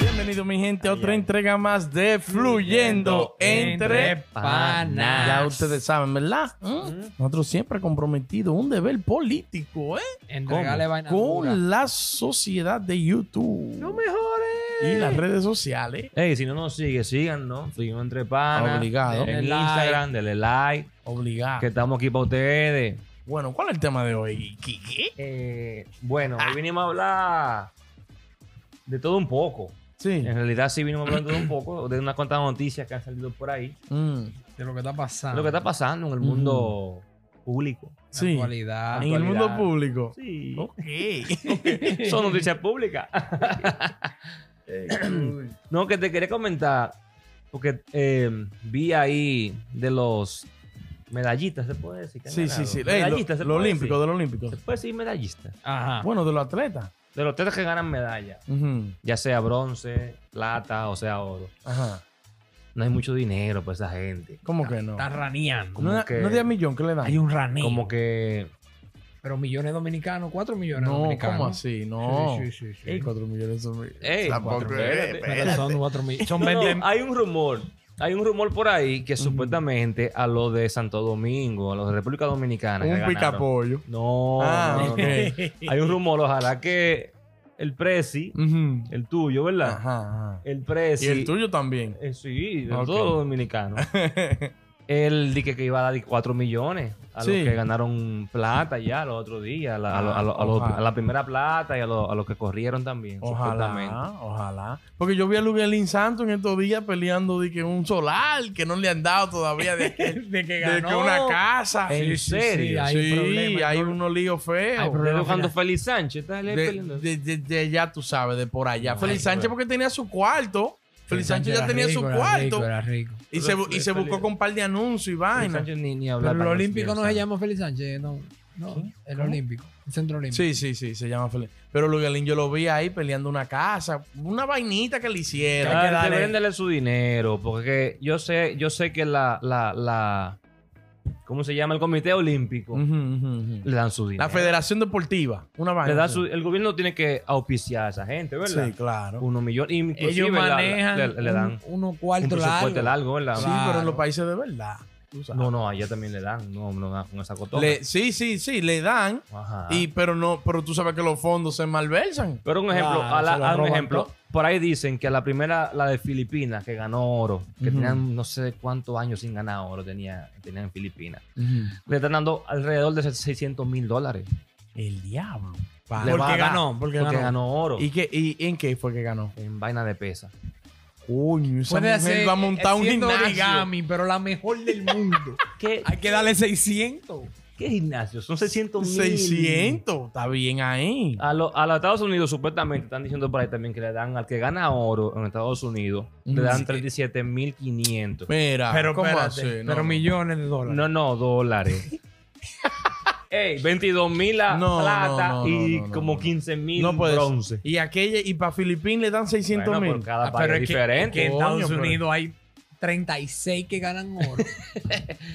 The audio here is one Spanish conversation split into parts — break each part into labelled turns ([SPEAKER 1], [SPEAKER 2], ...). [SPEAKER 1] Bienvenido, mi gente, a otra entrega más de Fluyendo Entre Panas. Ya ustedes saben, ¿verdad? ¿Mm? Nosotros siempre comprometidos, un deber político, ¿eh?
[SPEAKER 2] Entregarle vaina dura.
[SPEAKER 1] Con la sociedad de YouTube. No mejores. Y las redes sociales.
[SPEAKER 3] Ey, si no nos sigue, síganos. Fluyendo entre panas. Ah.
[SPEAKER 1] Obligado.
[SPEAKER 3] En
[SPEAKER 2] Denle like.
[SPEAKER 3] Instagram, denle like.
[SPEAKER 1] Obligado.
[SPEAKER 3] Que estamos aquí para ustedes.
[SPEAKER 1] Bueno, ¿cuál es el tema de hoy? ¿Qué? qué?
[SPEAKER 3] Eh, bueno, hoy vinimos a hablar de todo un poco.
[SPEAKER 1] Sí.
[SPEAKER 3] En realidad sí vinimos hablando de un poco, de unas cuantas noticias que han salido por ahí.
[SPEAKER 1] Mm.
[SPEAKER 2] De lo que está pasando.
[SPEAKER 3] Lo que está pasando en el mundo público.
[SPEAKER 2] La
[SPEAKER 1] Sí.
[SPEAKER 2] actualidad.
[SPEAKER 1] En el mundo
[SPEAKER 3] actualidad.
[SPEAKER 1] público.
[SPEAKER 3] Sí.
[SPEAKER 1] Ok.
[SPEAKER 3] Son noticias públicas. Eh, no, que te quería comentar, porque eh, vi ahí de los medallistas, se puede decir. que han
[SPEAKER 1] Sí, sí,
[SPEAKER 3] ganado?
[SPEAKER 1] sí. Ey,
[SPEAKER 3] Medallistas,
[SPEAKER 1] lo,
[SPEAKER 3] se
[SPEAKER 1] lo
[SPEAKER 3] puede
[SPEAKER 1] olímpico,
[SPEAKER 3] decir. Ah.
[SPEAKER 1] de lo olímpico.
[SPEAKER 3] Se puede decir medallistas.
[SPEAKER 2] Ajá.
[SPEAKER 1] Bueno, de los atletas.
[SPEAKER 3] De los tres que ganan medallas,
[SPEAKER 1] Ujú.
[SPEAKER 3] ya sea bronce, plata o sea oro.
[SPEAKER 1] Ajá.
[SPEAKER 3] No hay mucho dinero para esa gente.
[SPEAKER 1] ¿Cómo que no?
[SPEAKER 2] Está raneando.
[SPEAKER 1] No,
[SPEAKER 3] Ah, que-
[SPEAKER 1] no de a millón que le dan.
[SPEAKER 2] Hay un raneo.
[SPEAKER 3] Como que
[SPEAKER 2] Pero millones dominicanos, cuatro millones
[SPEAKER 1] No,
[SPEAKER 2] dominicanos.
[SPEAKER 1] ¿cómo así? No.
[SPEAKER 2] Sí, sí, sí. sí.
[SPEAKER 1] 4 millones son mil-
[SPEAKER 3] Ey,
[SPEAKER 1] Tampoco-
[SPEAKER 3] cuatro millones.
[SPEAKER 1] Eh,
[SPEAKER 2] Pero son cuatro millones. Son
[SPEAKER 3] No, no,
[SPEAKER 2] 20
[SPEAKER 3] hay un rumor. Hay un rumor por ahí que
[SPEAKER 1] Ujú.
[SPEAKER 3] supuestamente a los de Santo Domingo, a los de República Dominicana. que
[SPEAKER 1] Un
[SPEAKER 3] ganaron-
[SPEAKER 1] picapollo.
[SPEAKER 3] No,
[SPEAKER 1] Ah,
[SPEAKER 3] no, no, no.
[SPEAKER 1] ok.
[SPEAKER 3] Hay un rumor, ojalá que el Prezi,
[SPEAKER 1] Ujú.
[SPEAKER 3] el tuyo, ¿verdad?
[SPEAKER 1] Ajá, ajá.
[SPEAKER 3] El
[SPEAKER 1] Y
[SPEAKER 3] Prezi.
[SPEAKER 1] el tuyo también.
[SPEAKER 3] eh, sí, de
[SPEAKER 1] Ok.
[SPEAKER 3] todos los dominicanos. Él dije que iba a dar 4 millones a
[SPEAKER 1] Sí.
[SPEAKER 3] los que ganaron plata ya los otros días, a la, a lo- a lo- a lo-
[SPEAKER 1] Ojalá.
[SPEAKER 3] a la primera plata y a, lo- a los que corrieron también. supuestamente.
[SPEAKER 1] Ojalá, ojalá. Porque yo vi a Luguelín Santos en estos días peleando de que un solar que no le han dado todavía de que,
[SPEAKER 2] de que
[SPEAKER 1] de
[SPEAKER 2] ganó.
[SPEAKER 1] que una casa.
[SPEAKER 3] ¿En
[SPEAKER 1] Sí,
[SPEAKER 3] serio?
[SPEAKER 2] hay un problema,
[SPEAKER 1] hay
[SPEAKER 2] hay un-
[SPEAKER 1] unos líos
[SPEAKER 2] hay
[SPEAKER 1] feos.
[SPEAKER 2] problemas.
[SPEAKER 3] Desde
[SPEAKER 2] Pero
[SPEAKER 3] cuando
[SPEAKER 2] mira.
[SPEAKER 3] Félix Sánchez está
[SPEAKER 1] De,
[SPEAKER 3] él peleando.
[SPEAKER 1] de- de- de allá tú sabes, de por allá.
[SPEAKER 3] Ay,
[SPEAKER 1] Feliz Sánchez
[SPEAKER 3] bueno.
[SPEAKER 1] porque tenía su cuarto. Feliz Sánchez ya
[SPEAKER 2] era
[SPEAKER 1] tenía
[SPEAKER 2] rico,
[SPEAKER 1] su
[SPEAKER 2] era
[SPEAKER 1] cuarto.
[SPEAKER 2] rico, era rico.
[SPEAKER 1] Y se, bu-
[SPEAKER 3] Pero
[SPEAKER 1] y se
[SPEAKER 3] Feliz-
[SPEAKER 1] buscó con un par de anuncios y
[SPEAKER 3] Félix
[SPEAKER 1] vaina.
[SPEAKER 3] Sánchez ni, ni hablar
[SPEAKER 2] Pero el
[SPEAKER 3] para
[SPEAKER 2] olímpico no
[SPEAKER 3] Dios
[SPEAKER 2] se
[SPEAKER 3] santo.
[SPEAKER 2] llama Félix Sánchez, no. No, el olímpico. El centro olímpico.
[SPEAKER 1] Sí, sí, sí, se llama Feliz. Pero Luguelín yo lo vi ahí peleando una casa, una vainita que le hicieron.
[SPEAKER 2] Hay que
[SPEAKER 3] Ah,
[SPEAKER 2] darle-
[SPEAKER 3] véndele su dinero, porque yo sé, yo sé que la, la, la, ¿cómo se llama? El Comité Olímpico
[SPEAKER 1] Ujú, ujú, ujú.
[SPEAKER 3] le dan su dinero.
[SPEAKER 1] La Federación Deportiva, una vaina.
[SPEAKER 3] Le da su-
[SPEAKER 1] sí.
[SPEAKER 3] el gobierno tiene que auspiciar a esa gente, ¿verdad?
[SPEAKER 1] Sí, claro.
[SPEAKER 3] Unos millones. Inclusive
[SPEAKER 2] Ellos
[SPEAKER 3] la- la-
[SPEAKER 2] manejan
[SPEAKER 3] le, le dan
[SPEAKER 2] un- unos
[SPEAKER 3] un
[SPEAKER 2] cuartos
[SPEAKER 3] presupuesto
[SPEAKER 2] largos.
[SPEAKER 3] largo, ¿verdad?
[SPEAKER 1] Sí,
[SPEAKER 2] Claro.
[SPEAKER 1] pero en los países de verdad. tú sabes.
[SPEAKER 3] No, no, allá también le dan. No, no dan con esa cotorra.
[SPEAKER 1] Le- sí, sí, sí, le dan,
[SPEAKER 3] Ajá.
[SPEAKER 1] y, pero no, pero tú sabes que los fondos se malversan.
[SPEAKER 3] Pero un ejemplo,
[SPEAKER 2] Claro,
[SPEAKER 3] a la-
[SPEAKER 2] se lo
[SPEAKER 3] a un
[SPEAKER 2] roban
[SPEAKER 3] ejemplo.
[SPEAKER 2] todo.
[SPEAKER 3] Por ahí dicen que a la primera, la de Filipinas, que ganó oro, que
[SPEAKER 1] Ujú.
[SPEAKER 3] tenían no sé cuántos años sin ganar oro tenía, tenían en Filipinas. Le están dando alrededor de 600 mil dólares.
[SPEAKER 1] El diablo. Pa-
[SPEAKER 3] Le
[SPEAKER 2] Porque
[SPEAKER 3] va a dar,
[SPEAKER 2] ganó, porque
[SPEAKER 3] Porque
[SPEAKER 2] ganó.
[SPEAKER 3] ganó oro
[SPEAKER 1] ¿Y, qué, ¿Y en qué fue que ganó?
[SPEAKER 3] en vaina de pesa.
[SPEAKER 1] Coño, esa
[SPEAKER 2] Puede
[SPEAKER 1] mujer
[SPEAKER 2] hacer
[SPEAKER 1] va a montar un
[SPEAKER 2] haciendo
[SPEAKER 1] gimnasio.
[SPEAKER 2] origami, pero la mejor del mundo.
[SPEAKER 3] ¿Qué,
[SPEAKER 2] Hay que darle 600.
[SPEAKER 3] qué gimnasio? Son 600 mil.
[SPEAKER 1] 600, está bien ahí.
[SPEAKER 3] A, lo- a los Estados Unidos, supuestamente, están diciendo por ahí también que le dan al que gana oro en Estados Unidos, le
[SPEAKER 1] Ujú.
[SPEAKER 3] dan 37.500.
[SPEAKER 1] Mira,
[SPEAKER 2] Pero
[SPEAKER 1] ¿cómo
[SPEAKER 2] espérate,
[SPEAKER 1] así? No,
[SPEAKER 2] pero
[SPEAKER 1] no.
[SPEAKER 2] millones de dólares.
[SPEAKER 3] No, no, dólares. Ey, 22 mil la
[SPEAKER 1] No, no,
[SPEAKER 3] plata
[SPEAKER 1] no, no,
[SPEAKER 3] y
[SPEAKER 1] no, no,
[SPEAKER 3] como
[SPEAKER 1] no.
[SPEAKER 3] 15 mil
[SPEAKER 1] No puede ser.
[SPEAKER 3] bronce.
[SPEAKER 1] Y aquella, y para Filipín le dan 600
[SPEAKER 3] Bueno,
[SPEAKER 1] mil.
[SPEAKER 3] por cada
[SPEAKER 2] Ah,
[SPEAKER 3] país
[SPEAKER 2] es que-
[SPEAKER 3] diferente.
[SPEAKER 2] es que en
[SPEAKER 1] Coño,
[SPEAKER 2] Estados
[SPEAKER 1] pero-
[SPEAKER 2] Unidos hay 36 que ganan oro.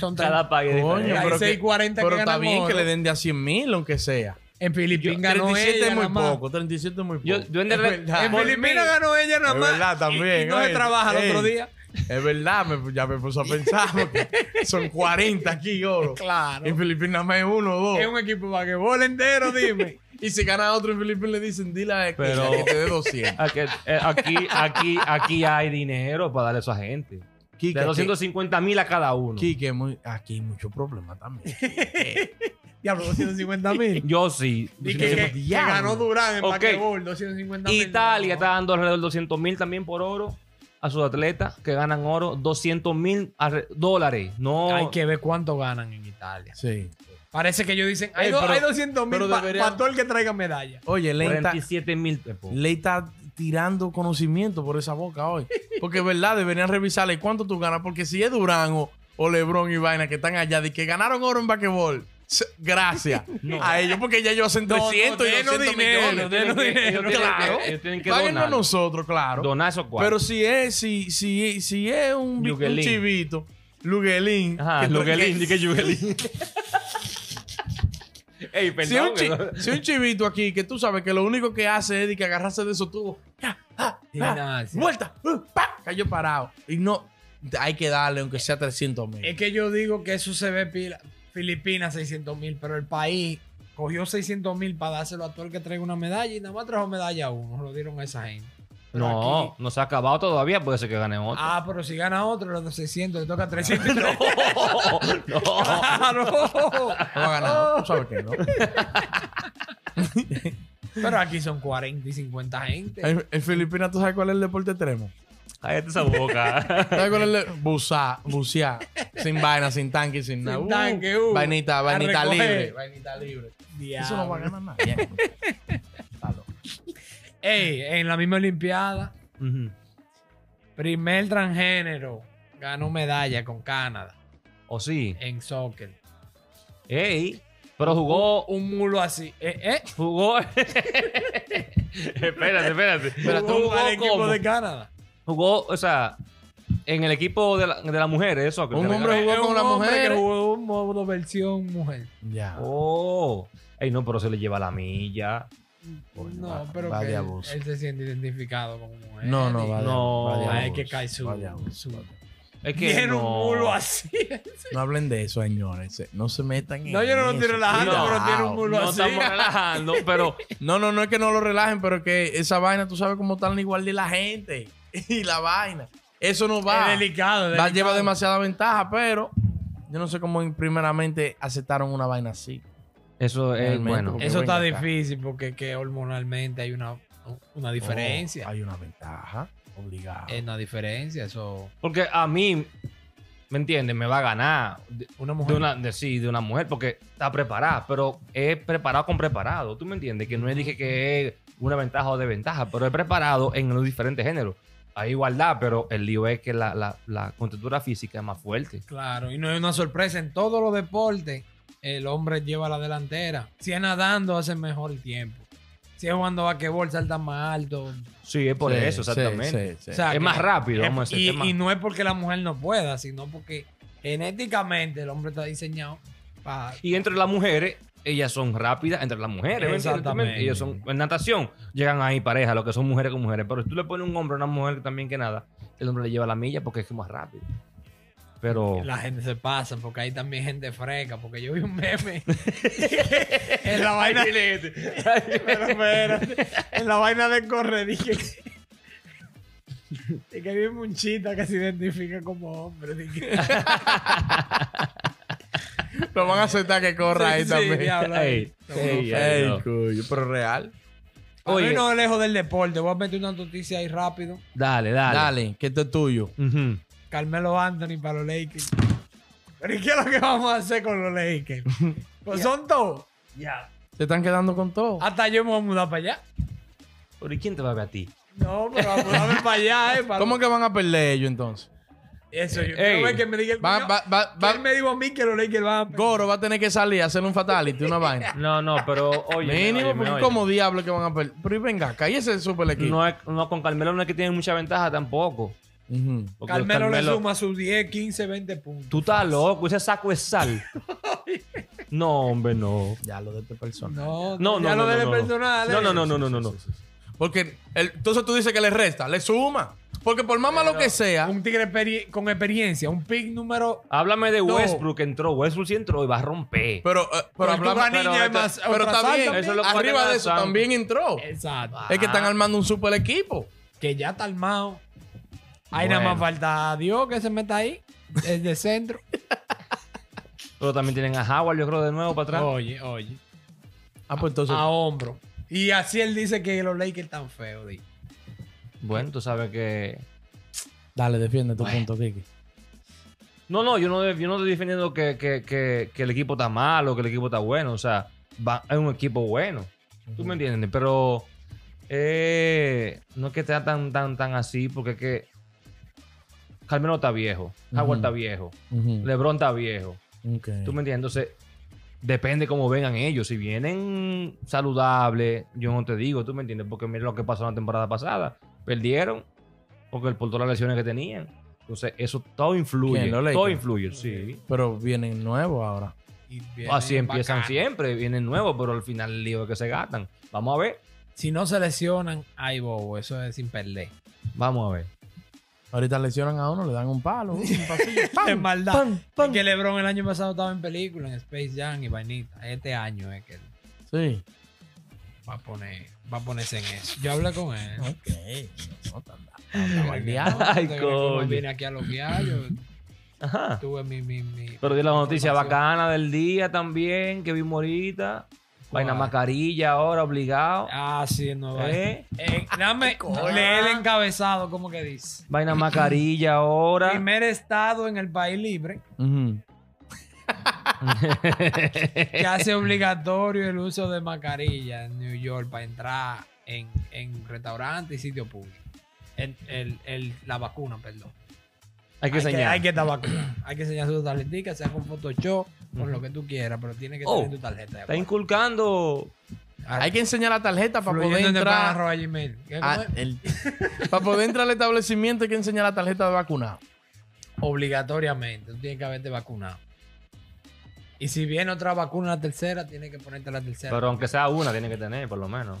[SPEAKER 2] Son
[SPEAKER 3] Cada país es
[SPEAKER 1] Coño,
[SPEAKER 3] diferente.
[SPEAKER 1] pero, que-
[SPEAKER 2] 36, 40 que
[SPEAKER 1] pero está
[SPEAKER 2] ganan
[SPEAKER 1] bien
[SPEAKER 2] oro.
[SPEAKER 1] que le den de a 100 mil, aunque sea.
[SPEAKER 2] En Filipinas ganó
[SPEAKER 1] 37
[SPEAKER 2] ella.
[SPEAKER 1] es muy
[SPEAKER 2] nada más.
[SPEAKER 1] poco, 37 es muy poco.
[SPEAKER 3] Yo, yo en
[SPEAKER 1] Es
[SPEAKER 3] re-
[SPEAKER 1] verdad.
[SPEAKER 2] En
[SPEAKER 3] por
[SPEAKER 2] Filipinas
[SPEAKER 3] mí-
[SPEAKER 2] ganó ella nada
[SPEAKER 1] Es
[SPEAKER 2] más.
[SPEAKER 1] verdad,
[SPEAKER 2] y-
[SPEAKER 1] también,
[SPEAKER 2] Y, no se
[SPEAKER 1] oye.
[SPEAKER 2] trabaja el
[SPEAKER 1] Ey.
[SPEAKER 2] otro día.
[SPEAKER 1] Es verdad, me- ya me puse a pensar porque son 40 aquí oro.
[SPEAKER 2] Claro.
[SPEAKER 1] En Filipinas más es uno o
[SPEAKER 2] Es
[SPEAKER 1] dos.
[SPEAKER 2] un equipo vaquebol entero, dime.
[SPEAKER 1] Y si gana otro en Filipinas le dicen, dile a aquella
[SPEAKER 3] Pero-
[SPEAKER 1] que te dé 200.
[SPEAKER 3] a que- eh, Aquí, aquí, aquí hay dinero para darle a esa gente.
[SPEAKER 1] Quique,
[SPEAKER 3] De 250 mil a cada uno.
[SPEAKER 1] Quique, muy- aquí hay mucho problema también.
[SPEAKER 2] Diablo, 250 mil.
[SPEAKER 3] Yo sí.
[SPEAKER 2] Y que, que- que
[SPEAKER 1] Diablo.
[SPEAKER 2] ganó Durán en
[SPEAKER 3] Ok.
[SPEAKER 2] vaquebol, 250 mil.
[SPEAKER 3] Italia está dando alrededor de 200 mil también por oro a sus atletas que ganan oro. 200 mil dólares. No.
[SPEAKER 2] Hay que ver cuánto ganan en Italia.
[SPEAKER 1] Sí.
[SPEAKER 2] Parece que ellos dicen, hay,
[SPEAKER 1] Ey,
[SPEAKER 2] do-
[SPEAKER 1] pero-
[SPEAKER 2] hay 200 mil
[SPEAKER 1] pero
[SPEAKER 2] para
[SPEAKER 1] deberían-
[SPEAKER 2] todo el que traiga medalla.
[SPEAKER 1] Oye, lenta.
[SPEAKER 3] 47 mil. pesos.
[SPEAKER 1] Ley está tirando conocimiento por esa boca hoy. Porque es verdad, deberían revisarle cuánto tú ganas. Porque si es Durán o, o Lebron y Vaina que están allá de que ganaron oro en basquetbol, se- gracias a ellos. Porque ya ellos hacen
[SPEAKER 2] No, no,
[SPEAKER 1] 300 y
[SPEAKER 2] denos
[SPEAKER 1] 200
[SPEAKER 2] dinero,
[SPEAKER 1] millones.
[SPEAKER 2] denos dinero.
[SPEAKER 3] Ellos tienen que-
[SPEAKER 1] Claro.
[SPEAKER 3] ellos tienen que
[SPEAKER 1] Páguenlo a
[SPEAKER 3] donar.
[SPEAKER 1] nosotros, claro.
[SPEAKER 3] Donar esos cuartos.
[SPEAKER 1] Pero si es, si, si, si es un, bi- un
[SPEAKER 3] Luguelín.
[SPEAKER 1] chivito, Luguelín.
[SPEAKER 3] Ajá,
[SPEAKER 1] que-
[SPEAKER 3] Luguelín,
[SPEAKER 1] que-
[SPEAKER 3] dije Luguelín. Ey,
[SPEAKER 1] Si un,
[SPEAKER 3] perdón.
[SPEAKER 1] chi-
[SPEAKER 3] ¿no?
[SPEAKER 1] si un chivito aquí que tú sabes que lo único que hace es de que agarrarse de esos tubos, ya, ah,
[SPEAKER 2] Sí,
[SPEAKER 1] ah,
[SPEAKER 2] nada, sí.
[SPEAKER 1] vuelta, uh, pa, cayó parado. Y no, hay que darle aunque sea 300 mil.
[SPEAKER 2] Es que yo digo que eso se ve pila. Filipinas 600 mil, pero el país cogió 600 mil para dárselo a todo el que traiga una medalla y nada más trajo medalla a uno. Lo dieron a esa gente. Pero
[SPEAKER 3] No,
[SPEAKER 2] aquí-
[SPEAKER 3] no se ha acabado todavía, puede ser que gane otro.
[SPEAKER 2] ah, pero si gana otro, los de 600 le toca 300.
[SPEAKER 3] no.
[SPEAKER 2] ¡Claro!
[SPEAKER 1] No va a ganar, tú sabes que no.
[SPEAKER 2] Pero aquí son 40 y 50 gente.
[SPEAKER 1] En, en Filipinas, ¿tú sabes cuál es el deporte extremo?
[SPEAKER 3] Cállate esa boca.
[SPEAKER 1] ¿Sabes cuál es el de- Bucear, bucear. sin vaina, sin tanque, sin nada.
[SPEAKER 2] Sin tanque, uh,
[SPEAKER 1] vainita,
[SPEAKER 2] a
[SPEAKER 1] vainita
[SPEAKER 2] recoger.
[SPEAKER 1] libre. Vainita libre. Eso no va a
[SPEAKER 2] Diablo.
[SPEAKER 1] ganar nadie. Está loco.
[SPEAKER 2] Ey, en la misma Olimpiada,
[SPEAKER 3] Ujú.
[SPEAKER 2] primer transgénero ganó medalla con Canadá
[SPEAKER 3] o sí.
[SPEAKER 2] en soccer.
[SPEAKER 3] Ey, pero jugó.
[SPEAKER 2] Un mulo así. Eh, eh.
[SPEAKER 3] Jugó. espérate, espérate.
[SPEAKER 2] Pero tú
[SPEAKER 3] jugó
[SPEAKER 2] jugó al equipo
[SPEAKER 3] cómo?
[SPEAKER 2] de Canadá.
[SPEAKER 3] Jugó, o sea, en el equipo de la, de las mujeres, eso.
[SPEAKER 1] Un hombre
[SPEAKER 2] Es
[SPEAKER 1] jugó
[SPEAKER 2] un
[SPEAKER 1] con la
[SPEAKER 2] hombre
[SPEAKER 1] mujer.
[SPEAKER 2] que jugó un modo versión mujer.
[SPEAKER 1] Ya.
[SPEAKER 3] Oh. Ey, no, pero se le lleva la milla.
[SPEAKER 1] Coño,
[SPEAKER 2] no,
[SPEAKER 1] va-
[SPEAKER 2] pero
[SPEAKER 1] va
[SPEAKER 2] que
[SPEAKER 1] de
[SPEAKER 2] él-
[SPEAKER 1] abuso.
[SPEAKER 2] él, se siente identificado como mujer.
[SPEAKER 1] No, no,
[SPEAKER 2] Y-
[SPEAKER 1] va de-
[SPEAKER 3] No,
[SPEAKER 1] va de
[SPEAKER 2] Ay,
[SPEAKER 1] abuso,
[SPEAKER 2] eh, que cae su.
[SPEAKER 1] va de abuso.
[SPEAKER 2] su-
[SPEAKER 3] Es que.
[SPEAKER 2] Tiene
[SPEAKER 3] no.
[SPEAKER 2] un mulo así.
[SPEAKER 1] No hablen de eso, señores. No se metan en
[SPEAKER 2] No, yo no lo
[SPEAKER 1] eso.
[SPEAKER 2] estoy relajando,
[SPEAKER 1] Cuidado.
[SPEAKER 2] pero tiene un mulo
[SPEAKER 3] No
[SPEAKER 2] así.
[SPEAKER 3] estamos relajando, pero
[SPEAKER 1] No, no, no es que no lo relajen, pero que esa vaina, tú sabes cómo están igual de la gente. Y la vaina. Eso no va.
[SPEAKER 2] Es delicado.
[SPEAKER 1] Va,
[SPEAKER 2] delicado.
[SPEAKER 1] lleva demasiada ventaja, pero yo no sé cómo primeramente aceptaron una vaina así.
[SPEAKER 3] eso es
[SPEAKER 1] Realmente,
[SPEAKER 3] bueno.
[SPEAKER 1] porque-
[SPEAKER 2] Eso
[SPEAKER 1] Venga
[SPEAKER 2] está
[SPEAKER 1] acá.
[SPEAKER 2] difícil porque que hormonalmente hay una, una diferencia.
[SPEAKER 1] Oh, hay una ventaja obligada.
[SPEAKER 3] Eh,
[SPEAKER 2] Es una diferencia. Eso.
[SPEAKER 3] Porque a mí, ¿me entiendes? Me va a ganar de,
[SPEAKER 2] Una
[SPEAKER 3] de
[SPEAKER 2] mujer.
[SPEAKER 3] una, de, sí, de una mujer, porque está preparada, pero es preparado con preparado. ¿Tú me entiendes? Que no es dije que es una ventaja o desventaja, pero es preparado en los diferentes géneros. Hay igualdad, pero el lío es que la, la, la contextura física es más fuerte.
[SPEAKER 2] Claro, y no es una sorpresa. En todos los deportes, el hombre lleva la delantera. Si es nadando, hace mejor el tiempo. Si es jugando basquetbol, salta más alto.
[SPEAKER 3] Sí, es por
[SPEAKER 1] Sí,
[SPEAKER 3] eso,
[SPEAKER 1] sí,
[SPEAKER 3] exactamente.
[SPEAKER 1] sí, sí.
[SPEAKER 2] O sea,
[SPEAKER 3] Es
[SPEAKER 2] que-
[SPEAKER 3] más rápido, vamos a decir.
[SPEAKER 2] y,
[SPEAKER 3] es más-
[SPEAKER 2] y no es porque la mujer no pueda, sino porque genéticamente el hombre está diseñado para.
[SPEAKER 3] Y entre las mujeres, ellas son rápidas entre las mujeres. ¿me entiendes? ¿Tú me entiendes? Ellas son en natación, llegan ahí pareja, lo que son mujeres con mujeres. Pero si tú le pones un hombre a una mujer también que nada, el hombre le lleva la milla porque es que es más rápido. Pero
[SPEAKER 2] La gente se pasa, porque hay también gente fresca, porque yo vi un meme. en la vaina. Pero, espérate. en la vaina de correr dije que. Y que hay un munchita que se identifica como hombre. Dije,
[SPEAKER 1] Lo van a aceptar que corra ahí
[SPEAKER 2] Sí, sí,
[SPEAKER 1] también.
[SPEAKER 2] diablo,
[SPEAKER 3] Ey, ey,
[SPEAKER 2] A
[SPEAKER 1] Ey,
[SPEAKER 3] no.
[SPEAKER 1] cuyo, pero real.
[SPEAKER 2] Oye,
[SPEAKER 3] Oye.
[SPEAKER 2] no es lejos del deporte. Voy a meter una noticia ahí rápido.
[SPEAKER 3] dale,
[SPEAKER 1] Dale,
[SPEAKER 3] dale.
[SPEAKER 1] que esto es tuyo.
[SPEAKER 3] Ujú.
[SPEAKER 2] Carmelo Anthony para los Lakers. Pero ¿y qué es lo que vamos a hacer con los Lakers? Pues son todos.
[SPEAKER 1] Se están quedando con todo.
[SPEAKER 2] Hasta yo me voy a mudar para allá.
[SPEAKER 3] Pero ¿y quién te va a ver a ti?
[SPEAKER 2] No, pero a mudarme para allá, ¿eh? Para
[SPEAKER 1] ¿Cómo que van a perder ellos entonces?
[SPEAKER 2] Eso,
[SPEAKER 3] Ey.
[SPEAKER 2] yo quiero ver que me diga el
[SPEAKER 1] Va- va- va- va-
[SPEAKER 2] Él me dijo a mí que los Lakers van a
[SPEAKER 1] Goro va a tener que salir a hacer un fatality, una vaina.
[SPEAKER 3] No, no, pero oye.
[SPEAKER 1] Mínimo,
[SPEAKER 3] oye,
[SPEAKER 1] porque
[SPEAKER 3] oye.
[SPEAKER 1] como diablo que van a perder. Pero y venga acá, y ese es el super equipo.
[SPEAKER 3] No, es- no, con Carmelo no es que tiene mucha ventaja tampoco.
[SPEAKER 1] Ujú.
[SPEAKER 3] Porque
[SPEAKER 2] Carmelo, le suma sus 10, 15, 20 puntos.
[SPEAKER 3] Tú estás loco, ese saco es sal. no, hombre, no.
[SPEAKER 1] Ya lo de este personaje.
[SPEAKER 2] No,
[SPEAKER 3] No,
[SPEAKER 2] ya
[SPEAKER 3] no,
[SPEAKER 2] lo
[SPEAKER 3] no,
[SPEAKER 2] del
[SPEAKER 3] no, no.
[SPEAKER 2] personal.
[SPEAKER 3] No,
[SPEAKER 2] ¿eh?
[SPEAKER 3] no, no, no, no, no. no.
[SPEAKER 1] Porque el- entonces tú dices que le resta, le suma. Porque por más malo que sea,
[SPEAKER 2] Un tigre peri- con experiencia, un pick número.
[SPEAKER 3] Háblame de
[SPEAKER 2] No.
[SPEAKER 3] Westbrook que entró. Westbrook sí entró y va a romper.
[SPEAKER 1] pero, eh, pero
[SPEAKER 2] Pero
[SPEAKER 1] hablamos-
[SPEAKER 2] tú, Manilla,
[SPEAKER 1] pero-
[SPEAKER 2] es más-
[SPEAKER 1] pero
[SPEAKER 2] otra
[SPEAKER 1] está
[SPEAKER 2] sal
[SPEAKER 1] bien.
[SPEAKER 2] también. Ah.
[SPEAKER 3] Eso es lo que
[SPEAKER 1] Arriba
[SPEAKER 3] guarda
[SPEAKER 1] de eso
[SPEAKER 3] la sal.
[SPEAKER 1] también entró.
[SPEAKER 2] Exacto. Ah,
[SPEAKER 1] Es que están armando un super equipo.
[SPEAKER 2] Que ya está armado. Ahí nada
[SPEAKER 3] Bueno.
[SPEAKER 2] más falta Dios que se meta ahí. Desde centro.
[SPEAKER 3] Pero también tienen a Howard, yo creo, de nuevo para atrás.
[SPEAKER 2] oye, oye.
[SPEAKER 1] Ah, pues entonces.
[SPEAKER 2] A hombro. Y así él dice que los Lakers están feos. di.
[SPEAKER 3] Bueno, tú sabes que.
[SPEAKER 1] Dale, defiende tu
[SPEAKER 2] Bueno.
[SPEAKER 1] punto, Kiki.
[SPEAKER 3] No, no, yo no, yo no estoy defendiendo que, que- que- que el equipo está malo, que el equipo está bueno. O sea, va- es un equipo bueno. ¿Tú me entiendes? Pero. eh, no es que esté tan, tan, tan así, porque es que. Carmelo está viejo. Howard
[SPEAKER 1] Ujú.
[SPEAKER 3] está viejo.
[SPEAKER 1] Ujú.
[SPEAKER 3] LeBron está viejo.
[SPEAKER 1] Ok.
[SPEAKER 3] ¿Tú me entiendes? Entonces, depende cómo vengan ellos. Si vienen saludables, yo no te digo, ¿tú me entiendes? Porque mira lo que pasó en la temporada pasada. Perdieron porque el portó las lesiones que tenían. Entonces, eso todo influye.
[SPEAKER 1] ¿Quién, los Lakers?
[SPEAKER 3] Todo influye, sí. Pues
[SPEAKER 1] Pero vienen nuevos ahora.
[SPEAKER 2] Y vienen
[SPEAKER 3] Así empiezan
[SPEAKER 2] bacán.
[SPEAKER 3] siempre, vienen nuevos, pero al final el lío es que se gastan. Vamos a ver.
[SPEAKER 2] Si no se lesionan, ay, bobo, eso es sin perder.
[SPEAKER 3] Vamos a ver.
[SPEAKER 1] Ahorita lesionan a uno, le dan un palo, un pasillo.
[SPEAKER 2] Es
[SPEAKER 1] ¡pam!
[SPEAKER 2] maldad.
[SPEAKER 3] Pan, pan.
[SPEAKER 2] Es que LeBron el año pasado estaba en película, en Space Jam y vainita. Este año es que él
[SPEAKER 1] Sí.
[SPEAKER 2] va a, poner, va a ponerse en eso. Yo hablé con él.
[SPEAKER 1] Ok. No, tan- tan- tan baldeado.
[SPEAKER 3] Ay,
[SPEAKER 2] Entonces, como
[SPEAKER 3] coño.
[SPEAKER 2] Vine aquí a loquear, yo
[SPEAKER 3] Ajá.
[SPEAKER 2] tuve mi... mi, mi
[SPEAKER 3] Pero di la noticia
[SPEAKER 2] información.
[SPEAKER 3] bacana del día también, que vimos ahorita. Vaina
[SPEAKER 2] ¿Cuál?
[SPEAKER 3] mascarilla ahora, obligado.
[SPEAKER 2] Ah, sí, en Nueva York.
[SPEAKER 3] ¿Eh?
[SPEAKER 2] Eh, dame
[SPEAKER 3] coño.
[SPEAKER 2] lee el encabezado, ¿cómo que dice?
[SPEAKER 3] Vaina mascarilla ahora.
[SPEAKER 2] Primer estado en el país libre
[SPEAKER 1] Ujú.
[SPEAKER 2] que hace obligatorio el uso de mascarilla en New York para entrar en, en restaurantes y sitios públicos. El- el- el- la vacuna, perdón.
[SPEAKER 3] Hay que enseñar.
[SPEAKER 2] hay que estar vacunado. Hay que enseñar su tarjetita, sea con Photoshop, con lo que tú quieras, pero tiene que
[SPEAKER 3] Oh.
[SPEAKER 2] tener tu tarjeta. de
[SPEAKER 3] Está
[SPEAKER 2] acuerdo.
[SPEAKER 3] inculcando.
[SPEAKER 1] Hay que enseñar la tarjeta para
[SPEAKER 2] Fluyendo
[SPEAKER 1] poder
[SPEAKER 2] en el
[SPEAKER 1] entrar.
[SPEAKER 2] barro Ah, a Gmail. ¿Qué
[SPEAKER 1] a-
[SPEAKER 2] comer?
[SPEAKER 1] el- para poder entrar al establecimiento hay que enseñar la tarjeta de vacunado.
[SPEAKER 2] Obligatoriamente, tú tienes que haberte vacunado. Y si viene otra vacuna, la tercera, tienes que ponerte la tercera.
[SPEAKER 3] Pero aunque sea una, tiene que tener, por lo menos.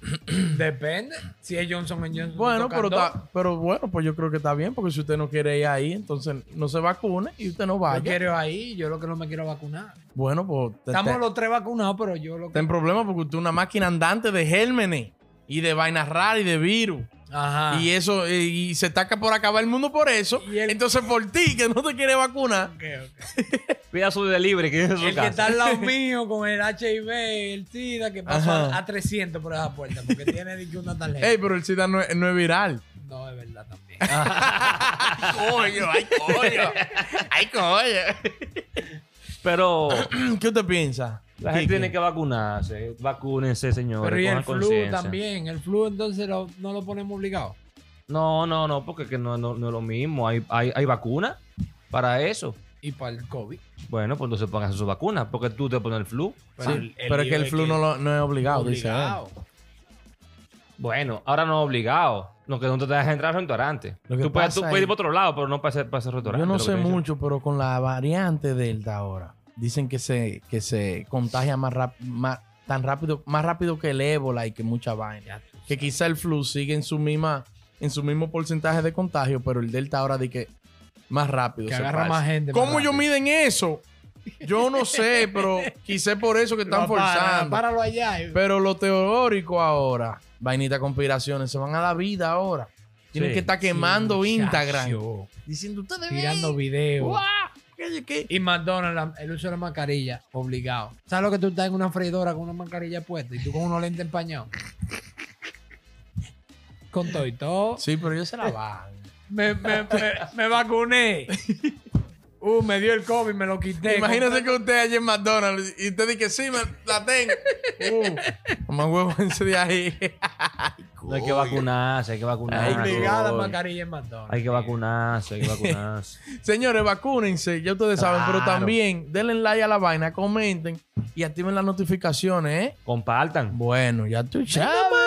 [SPEAKER 2] Depende. Si es Johnson Johnson.
[SPEAKER 1] Bueno,
[SPEAKER 2] te
[SPEAKER 1] pero,
[SPEAKER 2] tocan
[SPEAKER 1] está- pero bueno, pues yo creo que está bien, porque si usted no quiere ir ahí, entonces no se vacune y usted no
[SPEAKER 2] dos.
[SPEAKER 1] vaya.
[SPEAKER 2] Yo quiero ahí, yo lo que no me quiero vacunar.
[SPEAKER 1] Bueno, pues te-
[SPEAKER 2] Estamos
[SPEAKER 1] te-
[SPEAKER 2] los tres vacunados, pero yo lo
[SPEAKER 1] está
[SPEAKER 2] que.
[SPEAKER 1] en problema porque usted es una máquina andante de gérmenes y de vainas raras y de virus.
[SPEAKER 2] Ajá.
[SPEAKER 1] Y eso, eh, y se taca por acabar el mundo por eso.
[SPEAKER 2] Ah. Y el-
[SPEAKER 1] Entonces, por ti, que no te quiere vacunar.
[SPEAKER 2] Ok, ok.
[SPEAKER 3] Pida su delivery, que es en su
[SPEAKER 2] El que
[SPEAKER 3] casa.
[SPEAKER 2] está al lado mío con el HIV, el SIDA, que pasa
[SPEAKER 1] Ajá.
[SPEAKER 2] a, a 300 por esa puerta, porque tiene de que una tarjeta.
[SPEAKER 1] Ey, pero el SIDA no es, no es viral.
[SPEAKER 2] No, es verdad también.
[SPEAKER 1] coño, ay, coño. Ay, coño.
[SPEAKER 3] Pero
[SPEAKER 1] ¿Qué usted piensa?
[SPEAKER 3] la gente
[SPEAKER 1] Kiki?
[SPEAKER 3] tiene que vacunarse. Vacúnense, señores.
[SPEAKER 2] Pero y
[SPEAKER 3] cojan
[SPEAKER 2] el flu
[SPEAKER 3] conciencia.
[SPEAKER 2] también. El flu entonces lo- no lo ponemos obligado.
[SPEAKER 3] No, no, no, porque que no, no- no es lo mismo. Hay, hay, hay vacunas para eso.
[SPEAKER 2] Y para el COVID.
[SPEAKER 3] Bueno, pues entonces pónganse su vacuna, porque tú te pones el flu.
[SPEAKER 1] Sí, pero es que el flu no, lo- no es obligado, dice él.
[SPEAKER 3] Bueno, ahora no es obligado. Lo que no te dejas entrar al restaurante.
[SPEAKER 1] Lo que
[SPEAKER 3] Tú puedes, tú
[SPEAKER 1] pasa es-
[SPEAKER 3] puedes ir para otro lado, pero no para ese, para ese restaurante.
[SPEAKER 1] Yo no
[SPEAKER 3] lo que
[SPEAKER 1] sé
[SPEAKER 3] te dicen.
[SPEAKER 1] mucho, pero con la variante Delta ahora, dicen que se, que se contagia más, rap- más- tan rápido, más rápido que el ébola y que mucha vaina. Que quizá el flu sigue en su misma, en su mismo porcentaje de contagio, pero el Delta ahora di que más rápido.
[SPEAKER 2] Que
[SPEAKER 1] se
[SPEAKER 2] agarra
[SPEAKER 1] pasa.
[SPEAKER 2] más gente. más
[SPEAKER 1] ¿Cómo yo
[SPEAKER 2] rápido.
[SPEAKER 1] miden eso? Yo no sé, pero quizá es por eso que están
[SPEAKER 2] Lo aparan,
[SPEAKER 1] forzando.
[SPEAKER 2] Páralo allá. eh. y-
[SPEAKER 1] Pero lo teórico ahora, vainita conspiraciones, se van a la vida ahora. Tienen
[SPEAKER 3] Sí.
[SPEAKER 1] que estar quemando
[SPEAKER 2] Sí,
[SPEAKER 1] Instagram.
[SPEAKER 2] muchacho.
[SPEAKER 1] Diciendo ustedes
[SPEAKER 2] Tirando
[SPEAKER 1] ven,
[SPEAKER 2] videos.
[SPEAKER 1] ¡guau! ¿Qué, qué?
[SPEAKER 2] Y McDonald's, la- el uso de la mascarilla, obligado. ¿Sabes lo que tú estás en una freidora con una mascarilla puesta y tú con unos lentes empañados? Con todo y todo.
[SPEAKER 1] Sí, pero ellos se la van.
[SPEAKER 2] Me, me, me, me vacuné. Uh, me dio el COVID, me lo quité.
[SPEAKER 1] Imagínese que usted ayer en McDonald's y usted dice, sí, me la tengo. Uh, mamá huevo ese de ahí.
[SPEAKER 3] No, hay que vacunarse, hay que vacunarse.
[SPEAKER 2] Obligada
[SPEAKER 3] Coño.
[SPEAKER 2] mascarilla en McDonald's.
[SPEAKER 3] Hay que vacunarse, hay que vacunarse.
[SPEAKER 1] Señores, vacúnense, ya ustedes saben, pero
[SPEAKER 3] Claro.
[SPEAKER 1] también denle like a la vaina, comenten y activen las notificaciones, ¿eh?
[SPEAKER 3] Compartan.
[SPEAKER 1] Bueno, ya tú sabes.